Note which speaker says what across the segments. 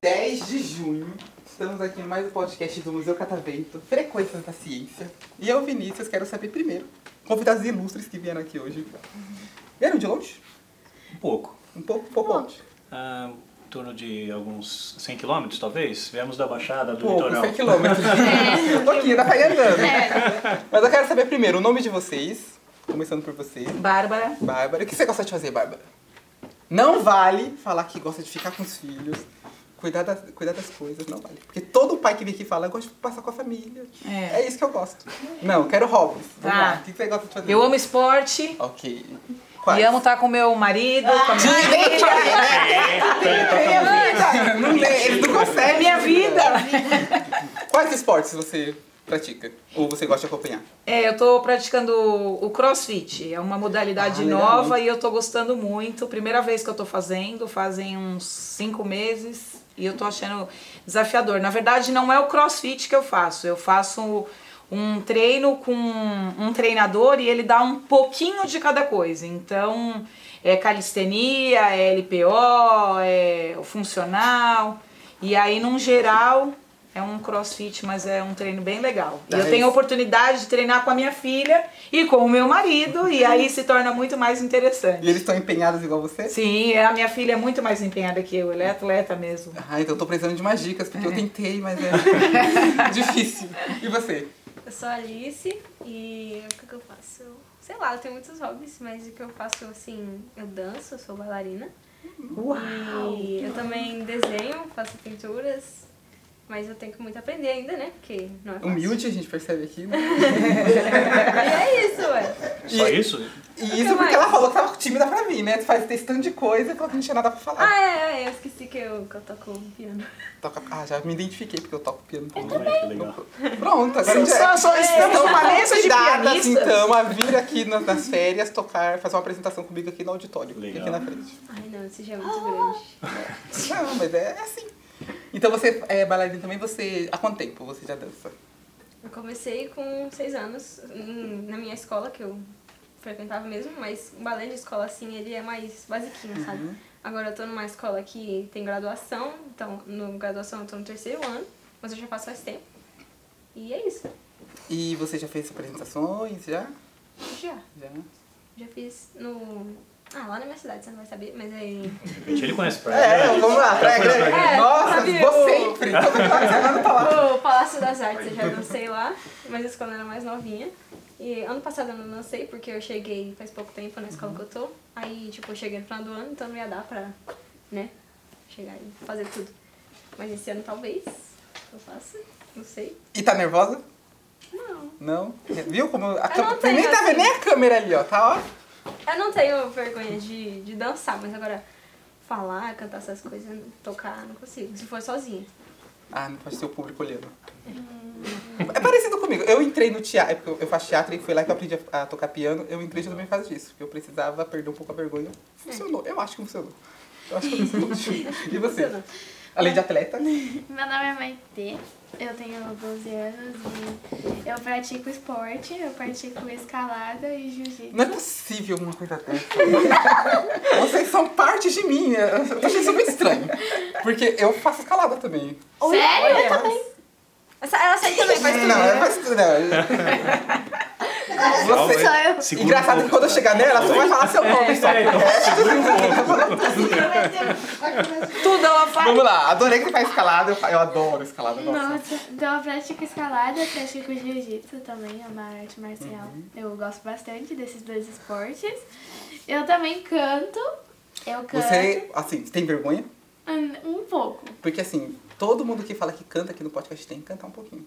Speaker 1: 10 de junho, estamos aqui em mais um podcast do Museu Catavento, Frequências da Ciência. E eu, Vinícius, quero saber primeiro, convidados ilustres que vieram aqui hoje. Vieram de longe?
Speaker 2: Um pouco.
Speaker 1: Um pouco, pouco longe.
Speaker 2: Ah, em torno de alguns 100 quilômetros, talvez. Viemos da Baixada, do
Speaker 1: Um Pouco,
Speaker 2: litoral.
Speaker 1: 100 quilômetros. Eu tô aqui, ainda saí andando. Mas eu quero saber primeiro o nome de vocês, começando por você,
Speaker 3: Bárbara.
Speaker 1: Bárbara. O que você gosta de fazer, Bárbara? Não vale falar que gosta de ficar com os filhos, cuidar das, cuidar das coisas, não vale. Porque todo pai que vem aqui fala, eu gosto de passar com a família.
Speaker 3: É.
Speaker 1: isso que eu gosto. Não, quero hobbies. Vamos
Speaker 3: Tá.
Speaker 1: lá. O que você gosta de fazer?
Speaker 3: Eu amo esporte.
Speaker 1: Ok.
Speaker 3: E amo estar com meu marido, com a minha
Speaker 1: Direito, né?
Speaker 3: família.
Speaker 1: Não lê, eles não conseguem.
Speaker 3: É minha vida.
Speaker 1: Quais esportes você pratica? Ou você gosta de acompanhar?
Speaker 3: É, eu tô praticando o crossfit. É uma modalidade
Speaker 1: Ah, legal,
Speaker 3: nova e eu tô gostando muito. Primeira vez que eu tô fazendo, fazem uns cinco meses. E eu tô achando desafiador. Na verdade, não é o crossfit que eu faço. Eu faço um treino com um treinador e ele dá um pouquinho de cada coisa. Então, é calistenia, é LPO, é o funcional. E aí, num geral, é um crossfit, mas é um treino bem legal. E
Speaker 1: Ah,
Speaker 3: eu tenho
Speaker 1: isso.
Speaker 3: oportunidade de treinar com a minha filha e com o meu marido, e aí se torna muito mais
Speaker 1: E
Speaker 3: interessante.
Speaker 1: eles estão empenhados igual você?
Speaker 3: Sim, é, a minha filha é muito mais empenhada que eu, ela é atleta mesmo.
Speaker 1: Ah, então eu tô precisando de umas dicas, porque eu tentei, mas é difícil. E você?
Speaker 4: Eu sou a Alice e o que, que eu faço? Sei lá, eu tenho muitos hobbies, mas o que eu faço assim, eu danço, eu sou bailarina. E eu também desenho, faço pinturas, mas eu tenho que muito aprender ainda, né? Porque não é fácil.
Speaker 1: Humilde, a gente percebe aqui, né?
Speaker 4: E é isso, ué.
Speaker 2: Só
Speaker 1: E-
Speaker 2: isso?
Speaker 1: E isso porque ela falou que tava tímida pra mim, né? Tu faz testando de coisa e falou que não tinha nada pra falar.
Speaker 4: Ah, é, é, eu esqueci que eu, que eu toco piano.
Speaker 1: Toca- Ah, já me identifiquei porque eu toco piano também.
Speaker 2: Olha Hum, que legal.
Speaker 1: Pronto, agora já é.
Speaker 3: Só- só estamos
Speaker 1: Então,
Speaker 3: falando de
Speaker 1: convidadas,
Speaker 3: pianistas.
Speaker 1: então, a vir aqui nas, nas férias tocar, fazer uma apresentação comigo aqui no auditório.
Speaker 2: Legal.
Speaker 1: Aqui na frente.
Speaker 4: Ai não, esse já é muito grande.
Speaker 1: Não, mas é assim. Então você é bailarina também, você. Há quanto tempo você já dança?
Speaker 4: Eu comecei com seis anos em- na minha escola, que eu frequentava mesmo, mas o balé de escola, assim, ele é mais basiquinho, sabe? Agora eu tô numa escola que tem graduação, então, no graduação eu tô no terceiro ano, mas eu já faço faz tempo. E é isso.
Speaker 1: E você já fez apresentações? Já?
Speaker 4: Já.
Speaker 1: Já?
Speaker 4: Já fiz no... Ah, lá na minha cidade, você não vai saber, mas é aí...
Speaker 2: De repente ele conhece né? pra
Speaker 1: É, vamos lá, praia
Speaker 2: foi na
Speaker 1: grande.
Speaker 2: Praia
Speaker 4: Grande.
Speaker 1: Nossa,
Speaker 4: Sabe
Speaker 1: vou
Speaker 4: o-
Speaker 1: sempre. Toda semana tá lá.
Speaker 4: O Palácio das Artes, eu já dancei lá, mas isso quando eu era mais novinha. E ano passado eu não dancei, porque eu cheguei faz pouco tempo na escola que eu tô. Aí, tipo, eu cheguei no final do ano, então não ia dar pra, né, chegar e fazer tudo. Mas esse ano talvez eu faça, não sei.
Speaker 1: E tá nervosa?
Speaker 4: Não.
Speaker 1: Não? Viu como. A
Speaker 4: Eu
Speaker 1: câmera-
Speaker 4: não tenho,
Speaker 1: nem tá
Speaker 4: assim.
Speaker 1: vendo nem a câmera ali, ó. Tá, ó.
Speaker 4: Eu não tenho vergonha de, de dançar, mas agora falar, cantar essas coisas, tocar, não consigo. Se for sozinha.
Speaker 1: Ah, não pode ser o público olhando. É parecido comigo. Eu entrei no teatro, é porque eu- eu faço teatro e foi lá que eu aprendi a, a tocar piano. Eu entrei também por causa disso, porque eu precisava perder um pouco a vergonha. Funcionou, eu acho que funcionou. Eu acho que funcionou. E você?
Speaker 4: Funcionou.
Speaker 1: Além de atleta?
Speaker 5: Meu nome é Maitê, eu tenho 12 anos e eu pratico esporte, eu pratico escalada e jiu-jitsu.
Speaker 1: Não é possível uma coisa dessa. Vocês são parte de mim. Eu achei isso muito estranho. Porque eu faço escalada também.
Speaker 5: Sério?
Speaker 4: Olha, Essa, ela sai também, faz tudo.
Speaker 1: Não, é
Speaker 4: né?
Speaker 1: ela faz tudo. Não.
Speaker 2: Calma
Speaker 1: Você...
Speaker 2: aí. Segura um
Speaker 1: Engraçado que
Speaker 2: pouco.
Speaker 1: quando eu chegar nela, só vai falar seu nome só.
Speaker 3: Tudo ela faz.
Speaker 1: Vamos lá, adorei que você faz escalada, eu, fa- eu adoro escalada, nossa.
Speaker 5: Nossa, então eu pratico escalada, eu pratico jiu-jitsu também, é uma arte marcial.
Speaker 1: Uhum.
Speaker 5: Eu gosto bastante desses dois esportes. Eu também canto, eu canto
Speaker 1: Você, assim, tem vergonha?
Speaker 5: um, um pouco.
Speaker 1: Porque assim, todo mundo que fala que canta aqui no podcast tem que cantar um pouquinho.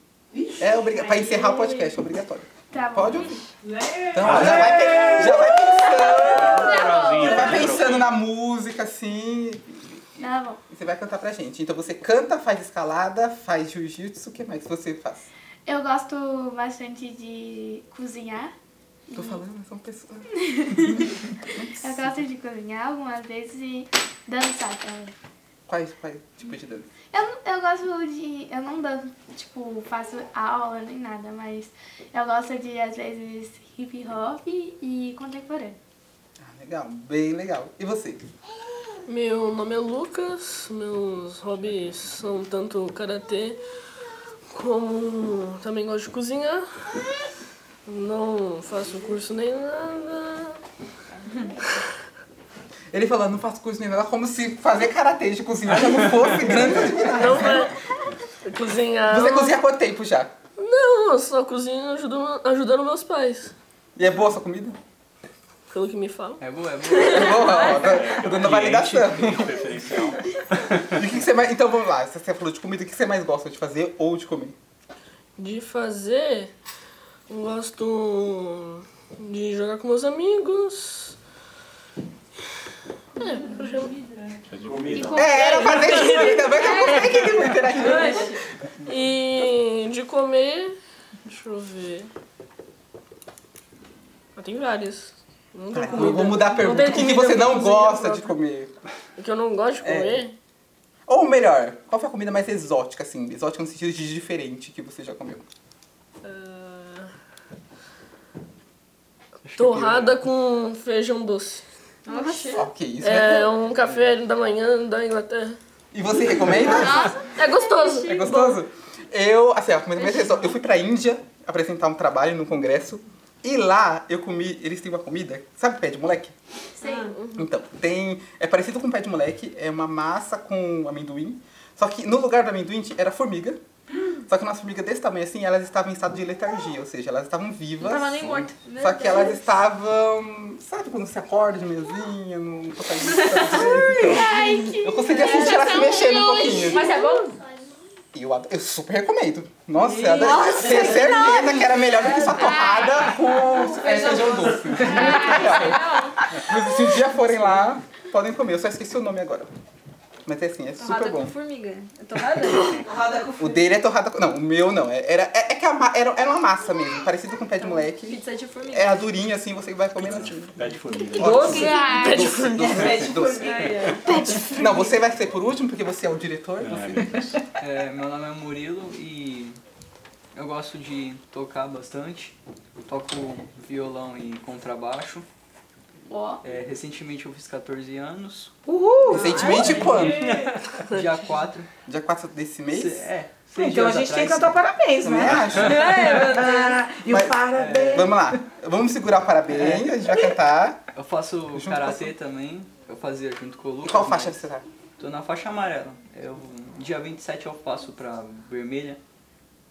Speaker 1: É obrigatório. Pra encerrar o podcast, é obrigatório.
Speaker 5: Tá bom.
Speaker 1: Pode ouvir. Então, ó, já vai, pe- já vai pensando.
Speaker 2: Moralzinha,
Speaker 1: Vai
Speaker 2: né,
Speaker 1: pensando na música, assim.
Speaker 5: Tá bom.
Speaker 1: e Você vai cantar pra gente. Então você canta, faz escalada, faz jiu-jitsu, o que mais você faz?
Speaker 5: Eu gosto bastante de cozinhar.
Speaker 1: Tô falando, mas são pessoas.
Speaker 5: Eu gosto de cozinhar algumas vezes e dançar também.
Speaker 1: Quais, quais tipos de dança?
Speaker 5: Eu, eu gosto de. Eu não danço, tipo, faço aula nem nada, mas eu gosto de, às vezes, hip hop e contemporâneo.
Speaker 1: Ah, legal, bem legal. E você?
Speaker 6: Meu nome é Lucas, meus hobbies são tanto karatê como também gosto de cozinhar. Não faço curso nem nada.
Speaker 1: Ele falando, não faço curso nem nada, como se fazer karatê de cozinha já não fosse grande admiração.
Speaker 6: Não vai cozinhar.
Speaker 1: Você cozinha há quanto tempo já?
Speaker 6: Não, eu só cozinho ajudando, ajudando meus pais,
Speaker 1: E é boa a sua comida?
Speaker 6: pelo que me falam.
Speaker 7: É boa, é boa.
Speaker 1: É boa, ó, tá dando validação.
Speaker 2: né? cliente preferencial.
Speaker 1: E o que que você mais... Então vamos lá, você você falou de comida, o que você mais gosta de fazer ou de comer?
Speaker 6: De fazer, eu gosto de jogar com meus amigos. É, por exemplo.
Speaker 2: Comida.
Speaker 1: É, era fazer comida, mas eu gostei que ele foi interativo.
Speaker 6: E de comer, deixa eu ver. Ah, tem várias. Não tem
Speaker 1: Ah,
Speaker 6: comida.
Speaker 1: eu Vou mudar a pergunta. O que, que você não gosta de comer?
Speaker 6: O que eu não gosto de
Speaker 1: É.
Speaker 6: comer?
Speaker 1: Ou melhor, qual foi a comida mais exótica, assim? Exótica no sentido de diferente que você já comeu.
Speaker 6: ah, torrada com feijão doce.
Speaker 1: Ok, isso é...
Speaker 6: É um café da manhã da Inglaterra.
Speaker 1: E você recomenda?
Speaker 6: É gostoso.
Speaker 1: É gostoso? Eu, assim, a comida mais exótica. Eu fui pra Índia apresentar um trabalho num congresso. E lá eu comi, eles têm uma comida, sabe pé de moleque?
Speaker 4: Sei.
Speaker 3: Uhum.
Speaker 1: Então, tem. É parecido com pé de moleque, é uma massa com amendoim. Só que no lugar do amendoim tinha- era formiga.
Speaker 3: Hum.
Speaker 1: Só que uma formiga desse tamanho assim, elas estavam em estado de letargia, ou seja, elas estavam vivas.
Speaker 3: Não tava nem morta.
Speaker 1: Só que é elas estavam. Sabe quando você acorda de manhãzinha, no apocalipse? Então, eu consegui assistir ela se mexendo um pouquinho.
Speaker 4: Mas é bom?
Speaker 1: E Eu, ado- eu super recomendo. Nossa, eu adorei. Tenho certeza é que era melhor do que sua torrada com é, feijão doce. Ah, Muito melhor. Mas se um dia forem lá, podem comer. Eu só esqueci o nome agora. Mas é assim, é super
Speaker 4: Torrada
Speaker 1: bom.
Speaker 4: com formiga. Eu tô errada?
Speaker 1: O dele é torrada com... Não, o meu não. É- Era, é, é que a ma- era, era uma massa mesmo, parecido com pé de moleque.
Speaker 4: Pizza de formiga.
Speaker 1: Era durinha assim, você vai comendo assim.
Speaker 2: Pé de formiga.
Speaker 1: Doce,
Speaker 5: Ai,
Speaker 1: doce, doce, doce. Não, você vai ser por último, porque você é o diretor.
Speaker 2: Ai, meu Deus.
Speaker 7: É, meu nome é Murilo e eu gosto de tocar bastante. Eu toco violão e contrabaixo.
Speaker 5: ó.
Speaker 7: É, recentemente eu fiz 14 anos,
Speaker 3: Uhul!
Speaker 1: Recentemente, quando?
Speaker 7: dia 4.
Speaker 1: Dia 4 desse mês?
Speaker 7: Se- É, seis
Speaker 3: Então a
Speaker 7: dias
Speaker 3: gente tem que cantar
Speaker 7: atrás.
Speaker 3: parabéns,
Speaker 1: Também
Speaker 3: né?
Speaker 1: acho.
Speaker 3: É, e
Speaker 1: Mas-
Speaker 3: o parabéns.
Speaker 1: Vamos lá, vamos segurar o parabéns, a gente vai cantar.
Speaker 7: Eu faço
Speaker 1: Junto com
Speaker 7: karatê também, eu fazia junto com o Lucas.
Speaker 1: E qual faixa
Speaker 7: mas
Speaker 1: você tá?
Speaker 7: Tô na faixa amarela. Eu, dia 27 eu passo pra vermelha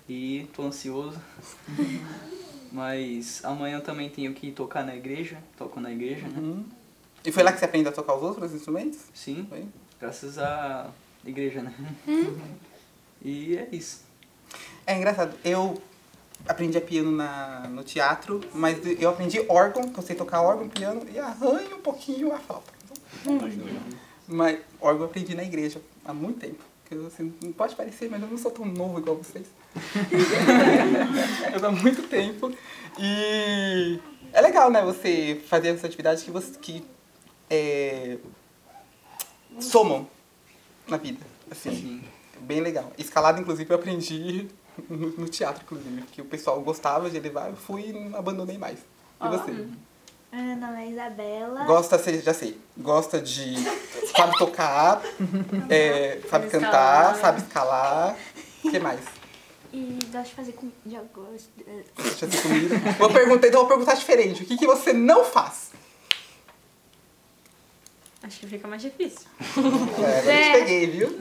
Speaker 7: e tô ansioso. Mas amanhã eu também tenho que tocar na igreja, toco na igreja, né?
Speaker 3: Uhum.
Speaker 1: E foi lá que você aprendeu a tocar os outros instrumentos?
Speaker 7: Sim,
Speaker 1: Foi?
Speaker 7: graças à igreja, né? E é isso.
Speaker 1: É engraçado, eu aprendi a piano na, no teatro, mas eu aprendi órgão, que eu sei tocar órgão, piano, e arranho um pouquinho a flauta. Mas órgão eu aprendi na igreja há muito tempo. Que eu, assim, não pode parecer, mas eu não sou tão novo igual vocês. eu tô há muito tempo. E é legal, né? Você fazer essas atividades que, você, que é, somam na vida. Assim,
Speaker 7: Sim.
Speaker 1: bem legal. Escalada, inclusive, eu aprendi no, no teatro, inclusive. Que o pessoal gostava de levar, eu fui e não abandonei mais. E você?
Speaker 5: Meu nome é Isabela.
Speaker 1: Gosta, sei- já sei, gosta de. Sabe tocar, é, sabe cantar, sabe escalar. O que mais?
Speaker 5: E gosto de fazer comida. Gosto de... eh,
Speaker 1: Deixa eu ter comida. Vou perguntar, então vou perguntar diferente. O que, que você não faz?
Speaker 4: Acho que fica mais difícil.
Speaker 1: É, agora eu te peguei, viu?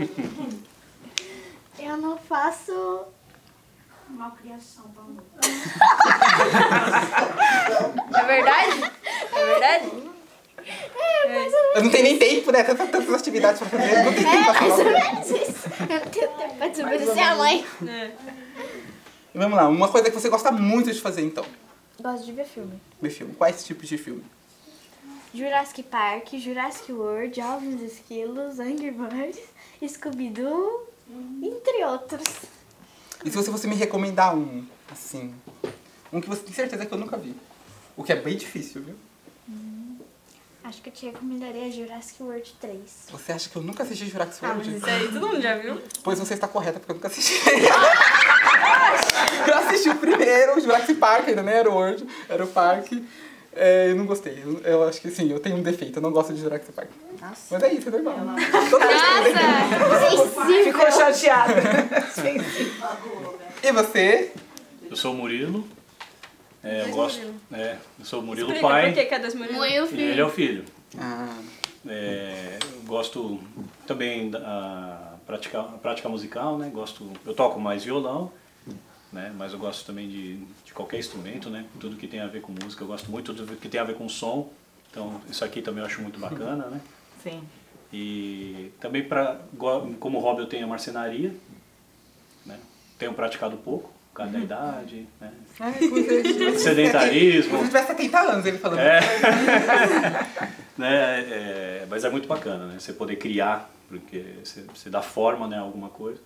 Speaker 5: Eu não faço.
Speaker 4: É verdade? É verdade?
Speaker 1: Eu não tenho nem tempo, né? Tantas, tantas atividades pra fazer. Não tem tempo pra falar.
Speaker 5: É Eu não tenho tempo pra desobedecer a mãe.
Speaker 1: Vamos lá, uma coisa que você gosta muito de fazer, então.
Speaker 5: Gosto de ver filme.
Speaker 1: Meu filme. Quais tipos de filme?
Speaker 5: Jurassic Park, Jurassic World, Jovens Esquilos, Angry Birds, Scooby-Doo,
Speaker 8: Uhum.
Speaker 5: entre outros.
Speaker 1: E se você fosse me recomendar um, assim, um que você tem certeza que eu nunca vi. O que é bem difícil, viu?
Speaker 5: Ah,
Speaker 8: Acho que eu te recomendaria Jurassic World 3.
Speaker 1: Você acha que eu nunca assisti Jurassic
Speaker 4: Ah, mas
Speaker 1: World?
Speaker 4: isso aí todo mundo já viu.
Speaker 1: Pois você está correta, porque eu nunca assisti. eu assisti o primeiro, o Jurassic Park, ainda nem era o World, era o parque. É, eu não gostei. Eu- Eu acho que sim, eu tenho um defeito, eu não gosto de Jurassic Park.
Speaker 3: Nossa.
Speaker 1: Mas é isso, é normal.
Speaker 5: Nossa!
Speaker 3: Ficou chateada.
Speaker 1: E você?
Speaker 2: Eu sou o Murilo. É, eu
Speaker 4: Dois
Speaker 2: gosto.
Speaker 4: Murilo.
Speaker 2: É, eu sou o Murilo
Speaker 4: Explica
Speaker 2: pai.
Speaker 4: por que que é dois Murilo.
Speaker 5: Moeu o
Speaker 2: E ele é
Speaker 5: filho.
Speaker 2: o filho.
Speaker 1: Ah,
Speaker 2: É, eu gosto também da prática, prática musical, né? Gosto, eu toco mais violão, né? Mas eu gosto também de, de qualquer instrumento, né? Tudo que tem a ver com música. Eu gosto muito do que tem a ver com som. Então, isso aqui também eu acho muito bacana, né?
Speaker 3: Sim.
Speaker 2: E também pra, go- como hobby eu tenho a marcenaria, né? Tenho praticado pouco, por causa da idade, né? Sedentarismo.
Speaker 1: se tivesse 70 anos ele falando.
Speaker 2: É. né? é, mas é muito bacana, né? Você poder criar, porque você, você dá forma né, a alguma coisa.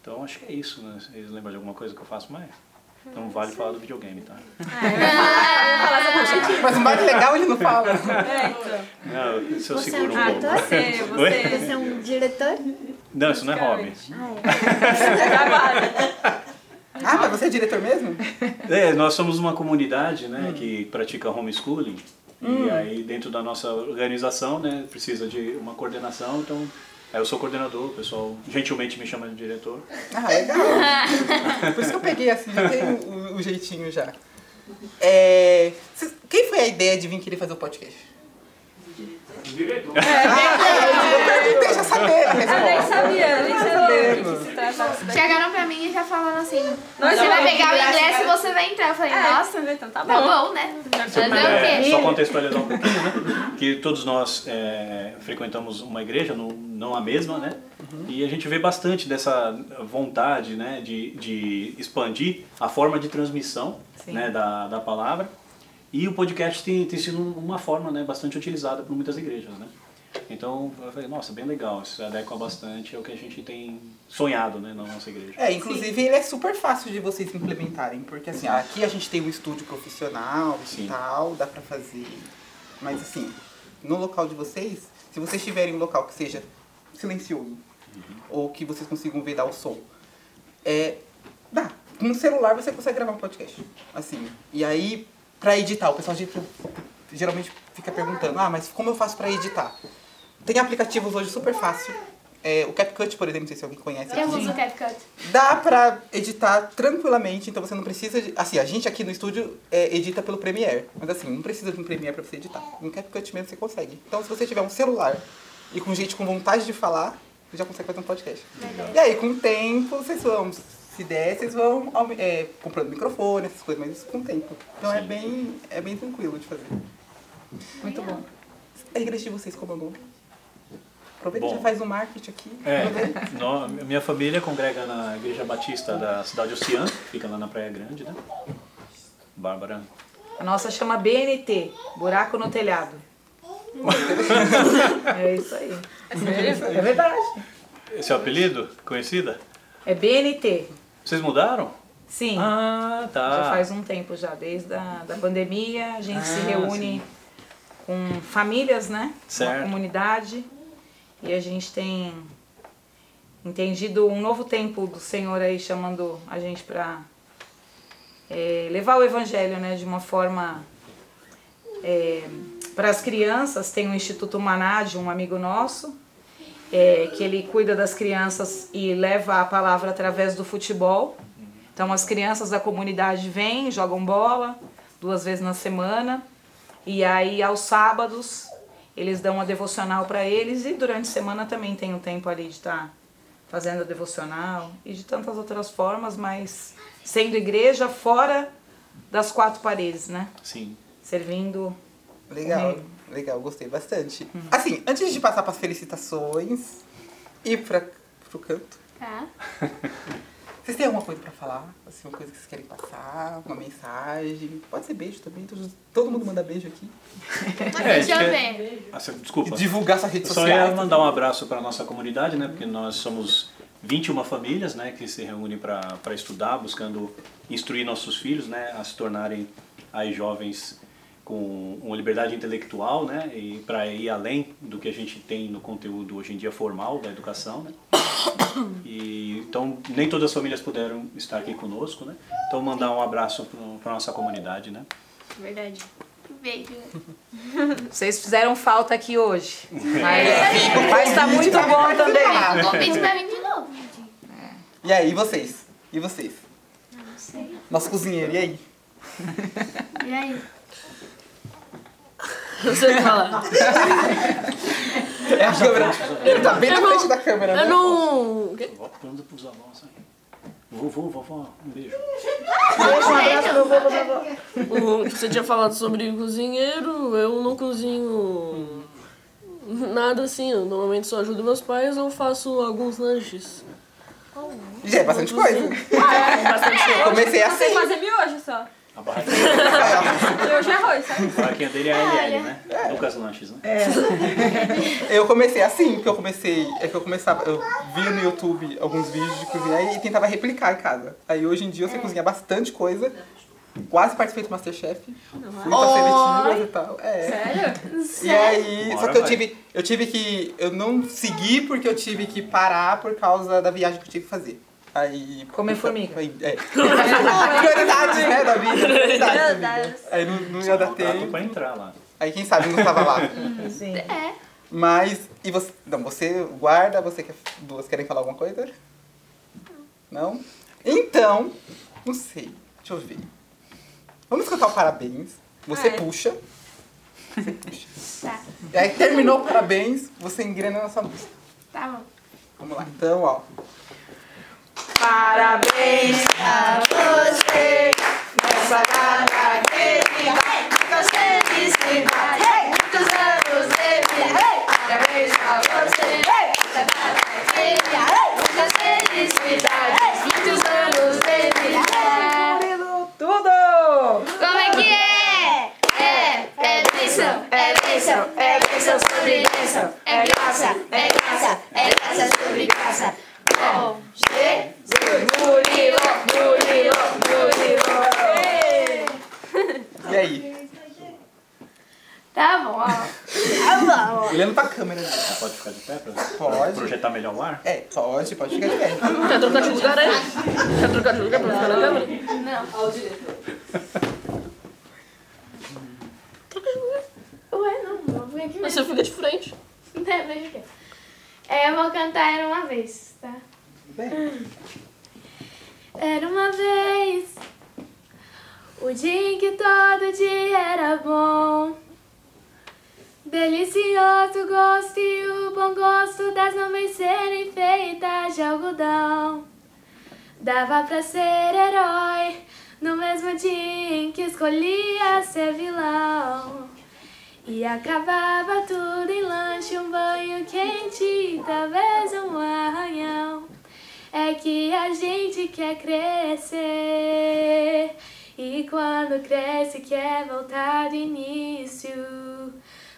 Speaker 2: Então acho que é isso, né? Vocês lembram de alguma coisa que eu faço mais? Então
Speaker 8: Hum,
Speaker 2: vale falar do videogame, tá?
Speaker 1: Mas o mais legal ele não fala.
Speaker 4: É, então.
Speaker 2: Não, se eu
Speaker 8: Você é
Speaker 2: seguro um
Speaker 8: um
Speaker 2: pouco.
Speaker 8: diretor?
Speaker 4: Você,
Speaker 2: Oi?
Speaker 4: você.
Speaker 8: Você é um diretor?
Speaker 2: Não, isso não é hobby.
Speaker 8: Ah,
Speaker 4: É gravado.
Speaker 1: Ah, mas você é diretor mesmo?
Speaker 2: É, nós somos uma comunidade,
Speaker 8: Hum.
Speaker 2: né, que pratica homeschooling. E aí dentro da nossa organização, né, precisa de uma coordenação, então aí eu sou coordenador, o pessoal gentilmente me chama de diretor.
Speaker 1: Ah, legal. Por isso que eu peguei assim, já tem o, o jeitinho já. É, cês- quem foi a ideia de vir querer fazer o podcast? Diretor. Deixa eu saber a
Speaker 4: Eu Ah, nem
Speaker 1: resposta.
Speaker 4: sabia, nem sabia do que se tratava isso daí.
Speaker 5: Chegaram pra mim e já falaram assim:
Speaker 4: Nós
Speaker 5: você vai
Speaker 4: vamos
Speaker 5: pegar o
Speaker 4: virar esse
Speaker 5: ingresso e
Speaker 4: cara."
Speaker 5: você vai entrar. Eu falei:
Speaker 4: É,
Speaker 5: nossa,
Speaker 4: então tá
Speaker 5: tá
Speaker 4: bom.
Speaker 5: bom, né?
Speaker 2: É,
Speaker 5: Fazer o
Speaker 2: só
Speaker 5: quê?
Speaker 2: contextualizar um pouquinho, né? Que todos nós é, frequentamos uma igreja, não, não a mesma, né? E a gente vê bastante dessa vontade, né, de, de expandir a forma de transmissão
Speaker 3: Sim.
Speaker 2: né, da, da palavra. E o podcast tem, tem sido uma forma né, bastante utilizada por muitas igrejas, né? Então, eu falei, nossa, bem legal, isso se adequa bastante ao que a gente tem sonhado né, na nossa igreja.
Speaker 1: É, inclusive ele é super fácil de vocês implementarem, porque assim, aqui a gente tem um estúdio profissional e
Speaker 2: Sim.
Speaker 1: tal, dá pra fazer. Mas assim, no local de vocês, se vocês tiverem um local que seja silencioso, ou que vocês consigam vedar o som, é, dá. Com o celular você consegue gravar um podcast. Assim, e aí, pra editar, o pessoal ge- geralmente fica perguntando, ah, mas como eu faço pra editar? Tem aplicativos hoje super fácil. É, o CapCut, por exemplo, não sei se alguém conhece.
Speaker 5: Eu uso o CapCut.
Speaker 1: Dá pra editar tranquilamente, então você não precisa de... Assim, a gente aqui no estúdio é, edita pelo Premiere. Mas assim, não precisa de um Premiere pra você editar. No CapCut mesmo você consegue. Então se você tiver um celular e com gente com vontade de falar, você já consegue fazer um podcast. E aí, com o tempo, vocês vão... Se der, vocês vão aume- é, comprando microfone, essas coisas, mas isso com o tempo. Então é
Speaker 2: Sim.
Speaker 1: bem, é bem tranquilo de fazer.
Speaker 3: Muito bom.
Speaker 1: A igreja de vocês como é o nome? Aproveita e
Speaker 2: Bom.
Speaker 1: já faz o marketing aqui.
Speaker 2: É, nó- minha família congrega na Igreja Batista da cidade Oceana, fica lá na Praia Grande, né? Bárbara.
Speaker 3: A nossa chama BNT, buraco no telhado. é isso aí. É verdade.
Speaker 2: Esse é o apelido? Conhecida?
Speaker 3: É BNT.
Speaker 2: Vocês mudaram?
Speaker 3: Sim.
Speaker 2: Ah, tá.
Speaker 3: Já faz um tempo já, desde a da pandemia, a gente se
Speaker 2: Ah,
Speaker 3: reúne
Speaker 2: sim.
Speaker 3: com famílias, né?
Speaker 2: Certo.
Speaker 3: Uma comunidade. E a gente tem entendido um novo tempo do Senhor aí chamando a gente pra eh, levar o evangelho, né? De uma forma para as crianças, tem o Instituto Maná de um amigo nosso, é, que ele cuida das crianças e leva a palavra através do futebol. Então as crianças da comunidade vêm, jogam bola duas vezes na semana. E aí aos sábados eles dão uma devocional para eles e durante a semana também tem um tempo ali de estar fazendo a devocional e de tantas outras formas, mas sendo igreja fora das quatro paredes, né?
Speaker 2: Sim.
Speaker 3: Servindo
Speaker 1: Legal,
Speaker 3: Comigo.
Speaker 1: legal, gostei bastante. Assim, antes de passar para as felicitações e para pro canto,
Speaker 5: Tá.
Speaker 1: vocês têm alguma coisa para falar? Assim, uma coisa que vocês querem passar, uma mensagem? Pode ser beijo também, todo, todo mundo manda beijo aqui.
Speaker 5: Mas
Speaker 2: É,
Speaker 5: deixa eu
Speaker 2: acho que
Speaker 5: ver.
Speaker 2: Ah, você-
Speaker 1: E
Speaker 2: desculpa.
Speaker 1: divulgar sua rede
Speaker 2: Eu só ia
Speaker 1: social.
Speaker 2: mandar um abraço para nossa comunidade, né? Porque nós somos 21 famílias, né? Que se reúnem para para estudar, buscando instruir nossos filhos, né? A se tornarem aí jovens com com uma liberdade intelectual, né? E para ir além do que a gente tem no conteúdo hoje em dia formal da educação, né? E, então, nem todas as famílias puderam estar aqui conosco, né? Então, mandar um abraço para nossa comunidade, né?
Speaker 4: Verdade.
Speaker 5: Beijo.
Speaker 3: Vocês fizeram falta aqui hoje. Mas, mas tá muito bom também.
Speaker 5: Ah, Convite pra vir de novo.
Speaker 1: E aí, e vocês? E vocês? Nosso cozinheiro, e aí?
Speaker 5: E aí?
Speaker 6: Eu sei falar.
Speaker 1: É a câmera. Ele tá bem na
Speaker 6: Eu não-
Speaker 1: frente da câmera, né?
Speaker 6: Eu não. o quê?
Speaker 2: Voltando para os avós aí. Vovô, vovó, um beijo.
Speaker 6: O- Você tinha falado sobre cozinheiro, eu não cozinho nada assim. Eu normalmente só ajudo meus pais ou faço alguns lanches.
Speaker 1: Já é bastante coisa.
Speaker 6: Ah, é,
Speaker 1: Comecei
Speaker 4: Eu sei
Speaker 1: assim.
Speaker 4: fazer miojo só.
Speaker 2: A barraquinha,
Speaker 4: Miojo e arroz, sabe?
Speaker 2: a barraquinha dele é a LL, né? Lucas Lanches, né?
Speaker 1: Eu comecei assim, porque eu comecei. É que eu começava. Eu via no YouTube alguns vídeos de cozinhar e tentava replicar em casa. Aí hoje em dia eu sei cozinhar bastante coisa. Quase participei do Masterchef. Fui pra seletivas e tal. É.
Speaker 4: Sério?
Speaker 1: E aí.
Speaker 2: Bora,
Speaker 1: Só que eu
Speaker 2: vai.
Speaker 1: tive. Eu tive que. Eu não segui porque eu tive que parar por causa da viagem que eu tive que fazer. Aí.
Speaker 3: Comer formiga.
Speaker 1: Aí, é. Prioridades, né, da vida? Prioridades da vida.
Speaker 4: Prioridades.
Speaker 1: Aí não, não ia dar tempo.
Speaker 2: para entrar lá.
Speaker 1: Aí quem sabe eu não tava lá.
Speaker 3: Sim.
Speaker 1: Mas, e você. Não, você guarda, você quer. Duas querem falar alguma coisa? Não? Então, não sei. Deixa eu ver. Vamos escutar o parabéns. Você
Speaker 4: Ah, é.
Speaker 1: puxa.
Speaker 5: Tá,
Speaker 1: E aí terminou o parabéns, você engrena na sua música.
Speaker 5: tá bom.
Speaker 1: Vamos lá. Então, ó.
Speaker 3: Parabéns a você nessa data querida. Muitas felicidades, muitos anos de vida. Parabéns a você nessa data querida. Muitas felicidades, muitos anos de vida. Tudo!
Speaker 5: Como é que é? É, é bênção, é bênção, é bênção sobre bênção. É graça, é graça, é graça sobre graça. Bom,
Speaker 3: Murilo, Murilo, Murilo.
Speaker 1: E aí?
Speaker 5: Tá bom, ó.
Speaker 1: Olhando pra câmera. né?
Speaker 2: Você pode ficar de pé para
Speaker 1: Pode.
Speaker 2: projetar melhor o ar?
Speaker 1: É, pode, pode ficar de pé.
Speaker 6: Quer trocar de lugar aí? Quer trocar de lugar pra ficar na câmera?
Speaker 5: Ué, não, não vou aqui
Speaker 6: Mas
Speaker 5: mesmo.
Speaker 6: você fica de frente.
Speaker 5: Né, veja o quê? É, eu vou cantar Era Uma Vez, tá? Era uma vez o dia em que todo dia era bom. Delicioso gosto e o bom gosto das nuvens serem feitas de algodão. Dava pra ser herói no mesmo dia em que escolhia ser vilão. E acabava tudo em lanche, um banho quente e talvez um arranhão. É que a gente quer crescer e quando cresce quer voltar do início.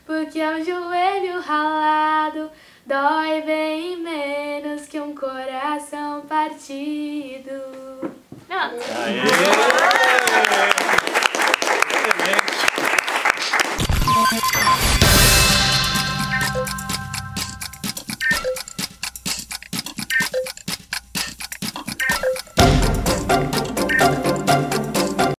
Speaker 5: Porque é um joelho ralado dói bem menos que um coração partido. Não,
Speaker 2: Aê! Excelente.